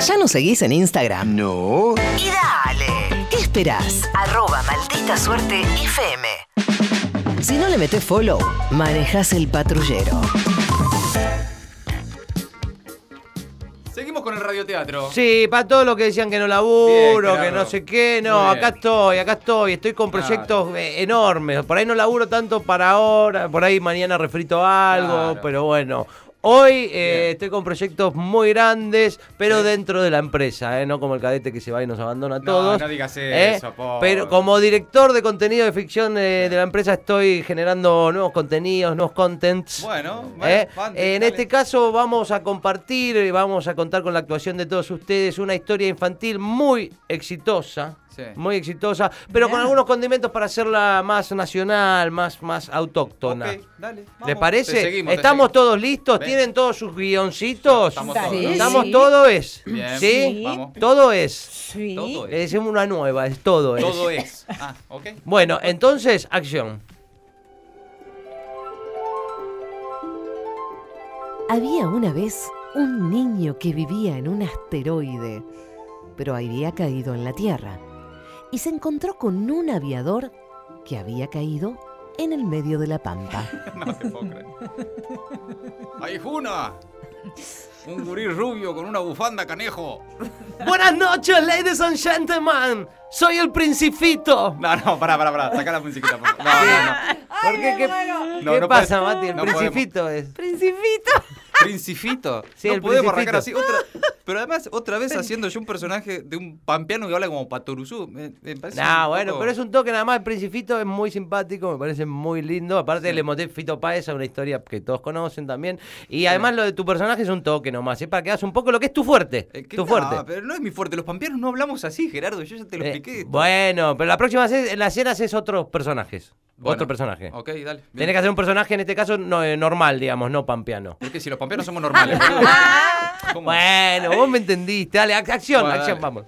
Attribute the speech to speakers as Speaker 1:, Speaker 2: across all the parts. Speaker 1: ¿Ya nos seguís en Instagram?
Speaker 2: No.
Speaker 3: Y dale.
Speaker 1: ¿Qué esperás?
Speaker 3: Arroba maldita suerte FM.
Speaker 1: Si no le metes follow, manejás el patrullero.
Speaker 4: Seguimos con el radioteatro.
Speaker 5: Sí, para todo lo que decían que no laburo,
Speaker 4: Bien,
Speaker 5: que
Speaker 4: claro.
Speaker 5: no sé qué, no,
Speaker 4: Muy bien. Ah.
Speaker 5: acá estoy, acá estoy, estoy con
Speaker 4: Claro.
Speaker 5: proyectos eh, enormes. Por ahí no laburo tanto para ahora, por ahí mañana refrito algo,
Speaker 4: Claro.
Speaker 5: pero bueno. Hoy eh,
Speaker 4: Bien.
Speaker 5: estoy con proyectos muy grandes, pero
Speaker 4: Sí.
Speaker 5: dentro de la empresa, eh, no como el cadete que se va y nos abandona a
Speaker 4: No,
Speaker 5: todos.
Speaker 4: no digas
Speaker 5: eh,
Speaker 4: eso, pobre.
Speaker 5: Pero como director de contenido de ficción eh, de la empresa estoy generando nuevos contenidos, nuevos contents.
Speaker 4: Bueno,
Speaker 5: ¿Eh?
Speaker 4: Bandy,
Speaker 5: En
Speaker 4: dale.
Speaker 5: este caso vamos a compartir, eh, vamos a contar con la actuación de todos ustedes una historia infantil muy exitosa.
Speaker 4: Sí.
Speaker 5: Muy exitosa, pero con algunos condimentos para hacerla más nacional, más, más autóctona.
Speaker 4: Ok, dale. vamos.
Speaker 5: ¿Les parece?
Speaker 4: Te seguimos, te
Speaker 5: ¿Estamos
Speaker 4: seguimos.
Speaker 5: todos listos?
Speaker 4: Ven.
Speaker 5: ¿Tienen todos sus guioncitos?
Speaker 4: Estamos
Speaker 6: Dale.
Speaker 4: todos. ¿no?
Speaker 5: ¿Estamos
Speaker 6: Sí.
Speaker 5: todo es?
Speaker 4: Bien.
Speaker 5: ¿Sí?
Speaker 4: Vamos.
Speaker 5: Todo es.
Speaker 6: Sí.
Speaker 4: Todo
Speaker 5: Le
Speaker 4: es.
Speaker 5: decimos una nueva, es todo es.
Speaker 4: Todo es. Ah, ok.
Speaker 5: Bueno, entonces, acción.
Speaker 1: Había una vez un niño que vivía en un asteroide, pero había caído en la Tierra y se encontró con un aviador que había caído en el medio de la pampa.
Speaker 4: No te puedo creer. ¡Ay, Juna! Un gurí rubio con una bufanda canejo.
Speaker 5: Buenas noches, ladies and gentlemen. Soy el principito.
Speaker 4: No, no, pará, pará, pará. Sacá la musiquita. por favor. No, no, no.
Speaker 5: ¿Por qué? ¿Qué,
Speaker 4: No,
Speaker 5: qué
Speaker 4: no
Speaker 5: pasa,
Speaker 4: podemos.
Speaker 5: Mati? El
Speaker 4: No
Speaker 5: principito es.
Speaker 6: Principito.
Speaker 4: Principito.
Speaker 5: Sí,
Speaker 4: no
Speaker 5: el
Speaker 4: podemos
Speaker 5: principito.
Speaker 4: arrancar así. Otra, pero además, otra vez haciendo yo un personaje de un pampeano que habla como paturuzú. Me, me parece
Speaker 5: No,
Speaker 4: un
Speaker 5: bueno,
Speaker 4: poco-
Speaker 5: pero es un toque nada más. El Principito es muy simpático, me parece muy lindo. Aparte, el emote Fito Páez es una historia que todos conocen también. Y además, lo de tu personaje es un toque nomás. Es para que hagas un poco lo que es tu fuerte.
Speaker 4: Eh, que
Speaker 5: tu
Speaker 4: no,
Speaker 5: fuerte.
Speaker 4: pero no es mi fuerte. Los pampeanos no hablamos así, Gerardo. Yo ya te lo
Speaker 5: Eh,
Speaker 4: expliqué. esto.
Speaker 5: bueno, pero la próxima vez en las cenas es otros personajes.
Speaker 4: Bueno,
Speaker 5: otro personaje.
Speaker 4: Ok, dale. bien.
Speaker 5: Tienes que hacer un personaje, en este caso, no, eh, normal, digamos, no pampeano.
Speaker 4: Es que si los pampeanos somos normales. boludo. ¿Cómo?
Speaker 5: Bueno, vos me entendiste. Dale, ac- acción,
Speaker 4: Bueno,
Speaker 5: acción,
Speaker 4: dale.
Speaker 5: vamos.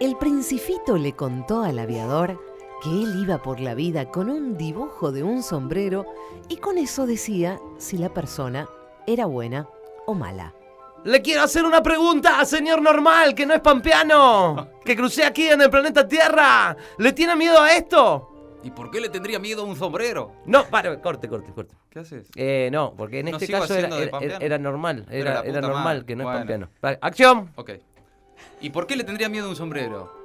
Speaker 1: El principito le contó al aviador que él iba por la vida con un dibujo de un sombrero y con eso decía si la persona era buena o mala.
Speaker 5: Le quiero hacer una pregunta, señor normal, que no es pampeano, que crucé aquí en el planeta Tierra. ¿Le tiene miedo a esto?
Speaker 4: ¿Y por qué le tendría miedo a un sombrero?
Speaker 5: No, para, corte, corte, corte.
Speaker 4: ¿Qué haces?
Speaker 5: Eh, no, porque en
Speaker 4: No
Speaker 5: este
Speaker 4: sigo
Speaker 5: caso era,
Speaker 4: haciendo de
Speaker 5: era-
Speaker 4: pampeano.
Speaker 5: era normal,
Speaker 4: Pero
Speaker 5: era,
Speaker 4: la puta
Speaker 5: era normal,
Speaker 4: madre.
Speaker 5: que no es
Speaker 4: Bueno.
Speaker 5: pampeano. Vale, ¡Acción!
Speaker 4: Ok. ¿Y por qué le tendría miedo a un sombrero?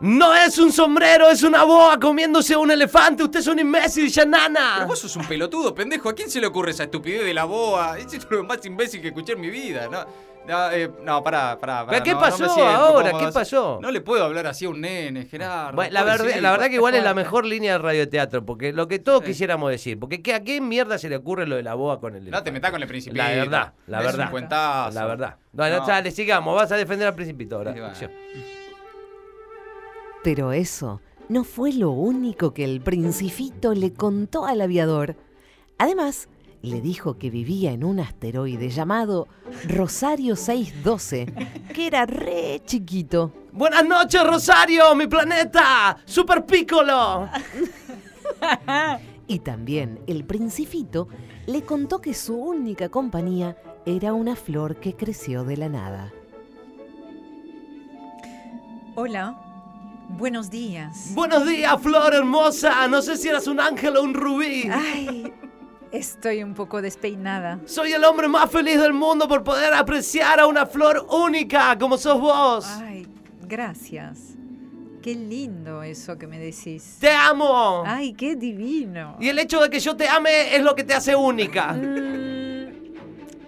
Speaker 5: No es un sombrero, es una boa comiéndose a un elefante. Usted es un imbécil, ya
Speaker 4: Pero
Speaker 5: nana.
Speaker 4: vos sos un pelotudo, pendejo. ¿A quién se le ocurre esa estupidez de la boa? Ese es lo más imbécil que escuché en mi vida. No, no, eh, no, pará, pará, pará.
Speaker 5: ¿Pero qué
Speaker 4: no, no me
Speaker 5: pasó
Speaker 4: siento
Speaker 5: ahora?
Speaker 4: cómodo
Speaker 5: ¿Qué
Speaker 4: así.
Speaker 5: pasó?
Speaker 4: No le puedo hablar así a un nene, Gerardo.
Speaker 5: Bueno, la, verdad,
Speaker 4: Pobrecito.
Speaker 5: la verdad que igual es la mejor línea de radioteatro, porque lo que todos quisiéramos decir, porque ¿qué- ¿a qué mierda se le ocurre lo de la boa con el
Speaker 4: No te
Speaker 5: elefante?
Speaker 4: metas con el principito.
Speaker 5: La verdad, la
Speaker 4: Es
Speaker 5: verdad.
Speaker 4: Un cuentazo.
Speaker 5: La verdad. Bueno,
Speaker 4: No.
Speaker 5: dale, sigamos. Vas a defender al principito ahora.
Speaker 4: Sí, bueno.
Speaker 5: Acción.
Speaker 1: Pero eso no fue lo único que el principito le contó al aviador. Además, le dijo que vivía en un asteroide llamado Rosario 612, que era re chiquito.
Speaker 5: Buenas noches, Rosario, mi planeta. Super pícolo.
Speaker 1: Y también el principito le contó que su única compañía era una flor que creció de la nada.
Speaker 6: Hola. Buenos días.
Speaker 5: Buenos días, flor hermosa. No sé si eras un ángel o un rubí.
Speaker 6: Ah. Ay, estoy un poco despeinada.
Speaker 5: Soy el hombre más feliz del mundo por poder apreciar a una flor única como sos vos.
Speaker 6: Ay, gracias. Qué lindo eso que me decís.
Speaker 5: Te amo.
Speaker 6: Ay, qué divino.
Speaker 5: Y el hecho de que yo te ame es lo que te hace única.
Speaker 6: Mm,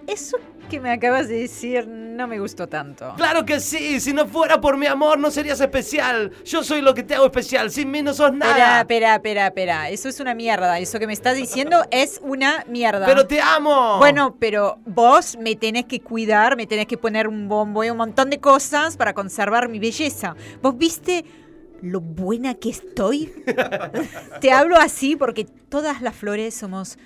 Speaker 6: Eso que me acabas de decir no me gustó tanto.
Speaker 5: Claro que sí, si no fuera por mi amor no serías especial. Yo soy lo que te hago especial, sin mí no sos
Speaker 6: Espera,
Speaker 5: nada.
Speaker 6: espera, espera, espera. Eso es una mierda. Eso que me estás diciendo es una mierda.
Speaker 5: Pero te amo.
Speaker 6: Bueno, pero vos me tenés que cuidar, me tenés que poner un bombo y un montón de cosas para conservar mi belleza. ¿Vos viste lo buena que estoy? Te hablo así porque todas las flores somos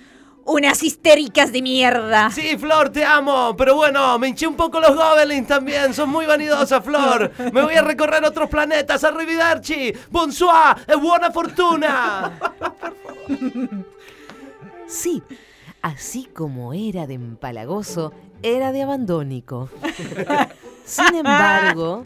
Speaker 6: unas histéricas de mierda.
Speaker 5: Sí, Flor, te amo, pero bueno, me hinché un poco los gobelins también, sos muy vanidosa, Flor. Me voy a recorrer otros planetas, arrivederci, bonsoir, e buena fortuna.
Speaker 1: Sí, Así como era de empalagoso, era de abandónico. Sin embargo,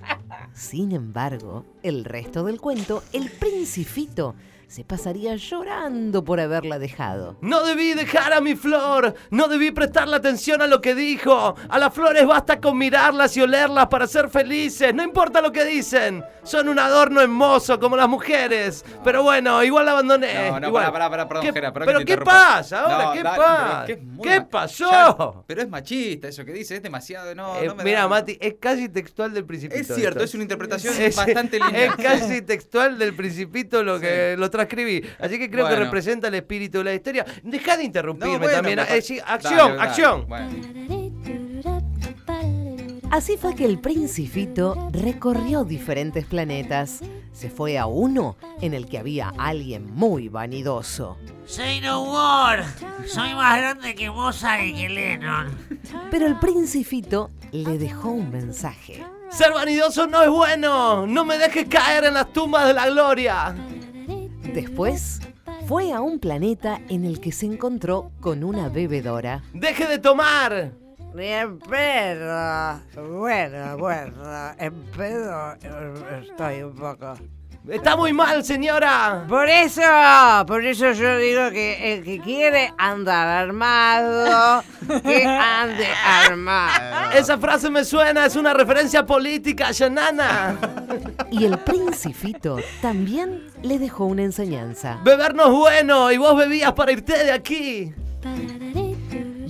Speaker 1: sin embargo, el resto del cuento, el principito se pasaría llorando por haberla dejado.
Speaker 5: No debí dejar a mi flor, no debí prestarle atención a lo que dijo. A las flores basta con mirarlas y olerlas para ser felices, no importa lo que dicen. Son un adorno hermoso como las mujeres. Pero bueno, igual la abandoné.
Speaker 4: No, no,
Speaker 5: Eh, igual.
Speaker 4: pará, pará, pará, perdón,
Speaker 5: ¿Qué-
Speaker 4: Jera, perdón
Speaker 5: ¿Pero
Speaker 4: que te
Speaker 5: qué
Speaker 4: interrumpa.
Speaker 5: pasa ahora?
Speaker 4: No,
Speaker 5: ¿Qué
Speaker 4: da-
Speaker 5: pasa?
Speaker 4: pero es que es muy
Speaker 5: ¿Qué
Speaker 4: ma-
Speaker 5: pasó?
Speaker 4: ya- pero es machista eso que dice, es demasiado, no,
Speaker 5: Eh,
Speaker 4: no me
Speaker 5: mira,
Speaker 4: da-
Speaker 5: Mati, es casi textual del principito.
Speaker 4: Es cierto,
Speaker 5: esto.
Speaker 4: es una interpretación
Speaker 5: Es-
Speaker 4: bastante linda.
Speaker 5: Es casi textual del principito lo que lo transcribí. Así que creo que
Speaker 4: Bueno.
Speaker 5: representa el espíritu de la historia. Deja de interrumpirme
Speaker 4: No, bueno,
Speaker 5: también.
Speaker 4: pero-
Speaker 5: eh, sí, acción,
Speaker 4: Dale, dale,
Speaker 5: acción.
Speaker 4: bueno.
Speaker 1: Así fue que el principito recorrió diferentes planetas. Se fue a uno en el que había alguien muy vanidoso.
Speaker 2: Say no more. Soy más grande que Mozart y que Lennon.
Speaker 1: Pero el principito le dejó un mensaje.
Speaker 5: Ser vanidoso no es bueno. No me dejes caer en las tumbas de la gloria.
Speaker 1: Después fue a un planeta en el que se encontró con una bebedora.
Speaker 5: Deje de tomar.
Speaker 7: Bien pedo. Bueno, bueno. En pedo eh, estoy un poco.
Speaker 5: Está muy mal, señora.
Speaker 7: Por eso, por eso yo digo que el que quiere andar armado, que ande armado.
Speaker 5: Esa frase me suena, es una referencia política, Yanana.
Speaker 1: Y el principito también le dejó una enseñanza.
Speaker 5: Beber no es bueno y vos bebías para irte de aquí.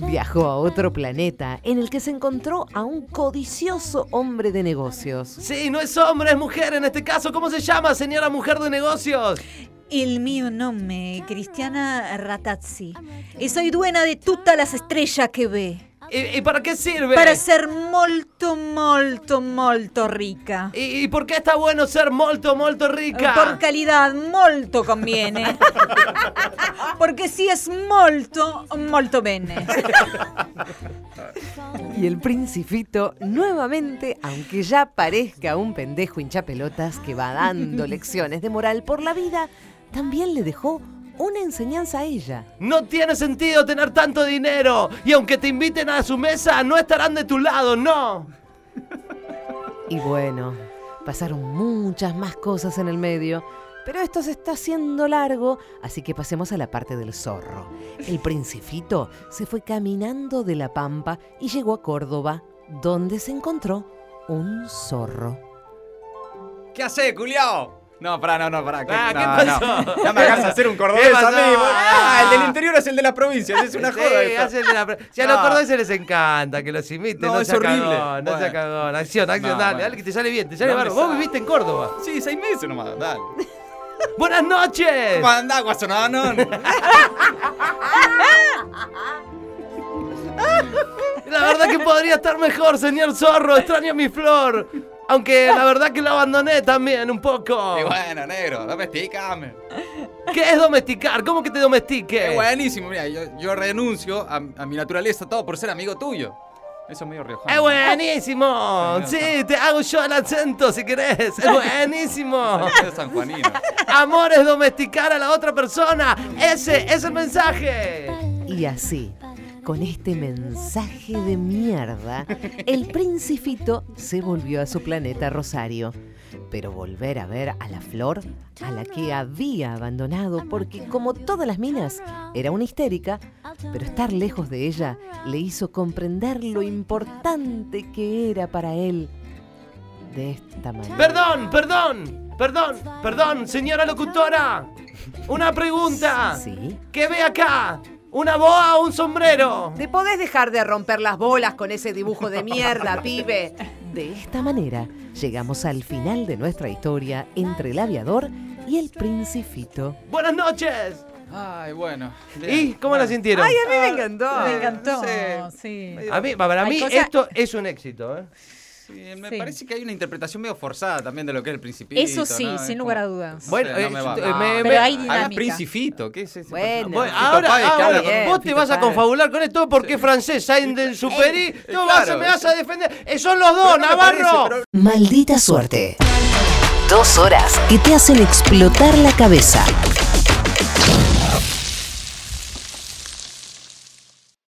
Speaker 1: Viajó a otro planeta en el que se encontró a un codicioso hombre de negocios.
Speaker 5: Sí, no es hombre, es mujer en este caso. ¿Cómo se llama, señora mujer de negocios?
Speaker 6: El mío nombre, Cristiana Ratazzi. Y soy dueña de todas las estrellas que ve.
Speaker 5: ¿Y, y para qué sirve?
Speaker 6: Para ser molto, molto, molto rica.
Speaker 5: ¿Y, y por qué está bueno ser molto, molto rica?
Speaker 6: Por calidad, molto conviene. Porque si es molto, molto bene.
Speaker 1: Y el principito, nuevamente, aunque ya parezca un pendejo hinchapelotas que va dando lecciones de moral por la vida, también le dejó una enseñanza a ella.
Speaker 5: No tiene sentido tener tanto dinero. Y aunque te inviten a su mesa, no estarán de tu lado, no.
Speaker 1: Y bueno, pasaron muchas más cosas en el medio, pero esto se está haciendo largo, así que pasemos a la parte del zorro. El principito se fue caminando de la pampa y llegó a Córdoba, donde se encontró un zorro.
Speaker 4: ¿Qué hace, culiao? No, pará, no, no, pará. que-
Speaker 5: Ah,
Speaker 4: no,
Speaker 5: ¿qué pasó?
Speaker 4: No. Ya me hagas hacer un cordobés
Speaker 5: ¿Qué
Speaker 4: a
Speaker 5: pasó?
Speaker 4: mí. vos- Ah,
Speaker 5: Ah.
Speaker 4: el del interior es el de las provincias. Es una
Speaker 5: Sí,
Speaker 4: joda. esto.
Speaker 5: hacen de la pre- Si a
Speaker 4: No.
Speaker 5: los cordobeses les encanta que los imiten, no,
Speaker 4: No, es
Speaker 5: sea
Speaker 4: horrible.
Speaker 5: cagón, no
Speaker 4: Bueno.
Speaker 5: sea cagón. Acción, acción,
Speaker 4: No,
Speaker 5: dale,
Speaker 4: bueno.
Speaker 5: dale, que te sale bien, te sale
Speaker 4: No me
Speaker 5: bárbaro. Vos
Speaker 4: sale.
Speaker 5: viviste en Córdoba.
Speaker 4: Sí, seis meses nomás. Dale.
Speaker 5: ¡Buenas noches!
Speaker 4: ¿Cómo andá, guasonadón?
Speaker 5: La verdad que podría estar mejor, señor zorro. Extraño a mi flor. Aunque la verdad que la abandoné también un poco.
Speaker 4: Y bueno, negro, domesticame.
Speaker 5: ¿Qué es domesticar? ¿Cómo que te domestique?
Speaker 4: Es buenísimo. Mira, yo, yo renuncio a, a mi naturaleza todo por ser amigo tuyo. Eso es medio riojano.
Speaker 5: ¡Es buenísimo!
Speaker 4: Señor.
Speaker 5: Sí, te hago yo el acento si querés. ¡Es buenísimo!
Speaker 4: Eso es sanjuanino.
Speaker 5: Amor es domesticar a la otra persona. Ese es el mensaje.
Speaker 1: Y así, con este mensaje de mierda, el principito se volvió a su planeta Rosario. Pero volver a ver a la flor, a la que había abandonado, porque como todas las minas, era una histérica, pero estar lejos de ella le hizo comprender lo importante que era para él. De esta manera.
Speaker 5: Perdón, perdón, perdón, perdón, señora locutora. Una pregunta.
Speaker 1: Sí.
Speaker 5: ¿Qué ve acá? ¿Una boa o un sombrero?
Speaker 7: ¿Te podés dejar de romper las bolas con ese dibujo de mierda, pibe?
Speaker 1: De esta manera llegamos al final de nuestra historia entre el aviador y el principito.
Speaker 5: Buenas noches.
Speaker 4: Ay, bueno.
Speaker 5: ¿Y cómo
Speaker 4: Ah.
Speaker 5: la sintieron? Ah,
Speaker 7: A mí me encantó.
Speaker 6: Me encantó.
Speaker 4: no
Speaker 6: Sí.
Speaker 5: A mí, para
Speaker 6: Hay
Speaker 5: mí
Speaker 6: cosas-
Speaker 5: esto es un éxito. ¿eh?
Speaker 4: Sí, me
Speaker 6: Sí.
Speaker 4: parece que hay una interpretación medio forzada también de lo que es el principito.
Speaker 6: Eso sí,
Speaker 4: ¿no? Es
Speaker 6: sin
Speaker 4: como-
Speaker 6: lugar a dudas.
Speaker 5: Bueno,
Speaker 4: No sé, no
Speaker 5: eh,
Speaker 4: me
Speaker 5: yo-
Speaker 4: va.
Speaker 5: eh,
Speaker 4: No.
Speaker 5: me-
Speaker 6: Pero
Speaker 5: me-
Speaker 6: hay
Speaker 4: Habla
Speaker 6: dinámica.
Speaker 4: principito, ¿qué es eso?
Speaker 7: Bueno.
Speaker 5: Bueno,
Speaker 4: Fito
Speaker 5: ahora,
Speaker 4: Páez, que
Speaker 5: ahora,
Speaker 4: habla con-
Speaker 7: bien,
Speaker 5: vos te
Speaker 7: Fito
Speaker 5: vas a
Speaker 7: Páez.
Speaker 5: confabular con esto porque es francés, Saint del Superi, tú vas a-
Speaker 4: Eh, claro.
Speaker 5: me vas a defender. Eh, son los dos,
Speaker 4: Pero no me parece,
Speaker 5: Navarro.
Speaker 4: pero-
Speaker 1: Maldita suerte. Dos horas que te hacen explotar la cabeza.